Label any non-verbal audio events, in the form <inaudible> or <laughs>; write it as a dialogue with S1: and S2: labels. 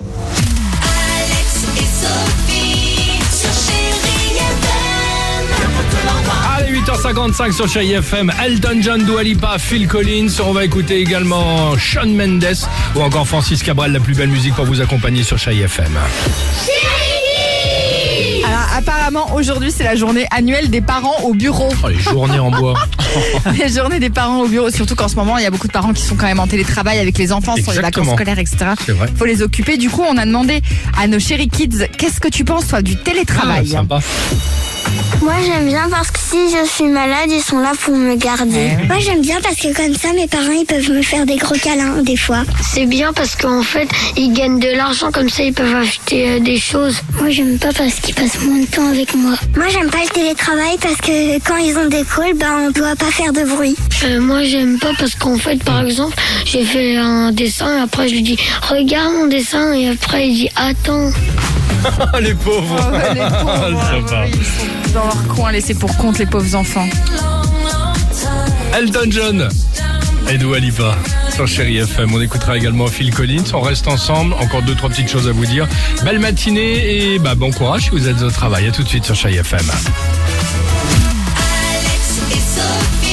S1: Alex et Sophie sur Chérie FM.
S2: Allez, 8h55 sur Chérie FM, Elton John, Dua Lipa, Phil Collins. On va écouter également Sean Mendes ou encore Francis Cabral, la plus belle musique pour vous accompagner sur Chérie FM.
S3: Alors apparemment aujourd'hui c'est la journée annuelle des parents au bureau.
S2: Oh, les journées en bois. Ah.
S3: la journée des parents au bureau, surtout qu'en ce moment il y a beaucoup de parents qui sont quand même en télétravail avec les enfants sur les
S2: Exactement.
S3: vacances scolaires, etc.
S2: <laughs> C'est vrai.
S3: Faut les occuper. Du coup on a demandé à nos chéri kids qu'est-ce que tu penses toi du
S2: Ah,
S3: télétravail. <laughs>
S2: sympa.
S4: Moi j'aime bien parce que si je suis malade, ils sont là pour me garder. Moi j'aime bien parce que comme ça mes parents ils peuvent me faire des gros câlins des fois.
S5: C'est bien parce qu'en fait, ils gagnent de l'argent, comme ça ils peuvent acheter euh, des choses.
S4: Moi j'aime pas parce qu'ils passent moins de temps avec moi. Moi j'aime pas le télétravail parce que quand ils ont des calls, ben on doit pas faire de bruit.
S5: Euh, moi, j'aime pas parce qu'en fait, par exemple, j'ai fait un dessin, et après je lui dis, regarde mon dessin, et après il dit, attends.
S2: Ah, les pauvres. Ah,
S3: Oh, les
S2: <laughs>
S3: pauvres,
S2: Sympa.
S3: oui, ils sont dans leur coin laissés pour compte les pauvres enfants.
S2: Elton John et Dua Lipa sur Chérie FM. On écoutera également Phil Collins. On reste ensemble. Encore deux, trois petites choses à vous dire. Belle matinée et bah, bon courage si vous êtes au travail. À tout de suite sur Chérie FM.
S1: Alex et Sophie.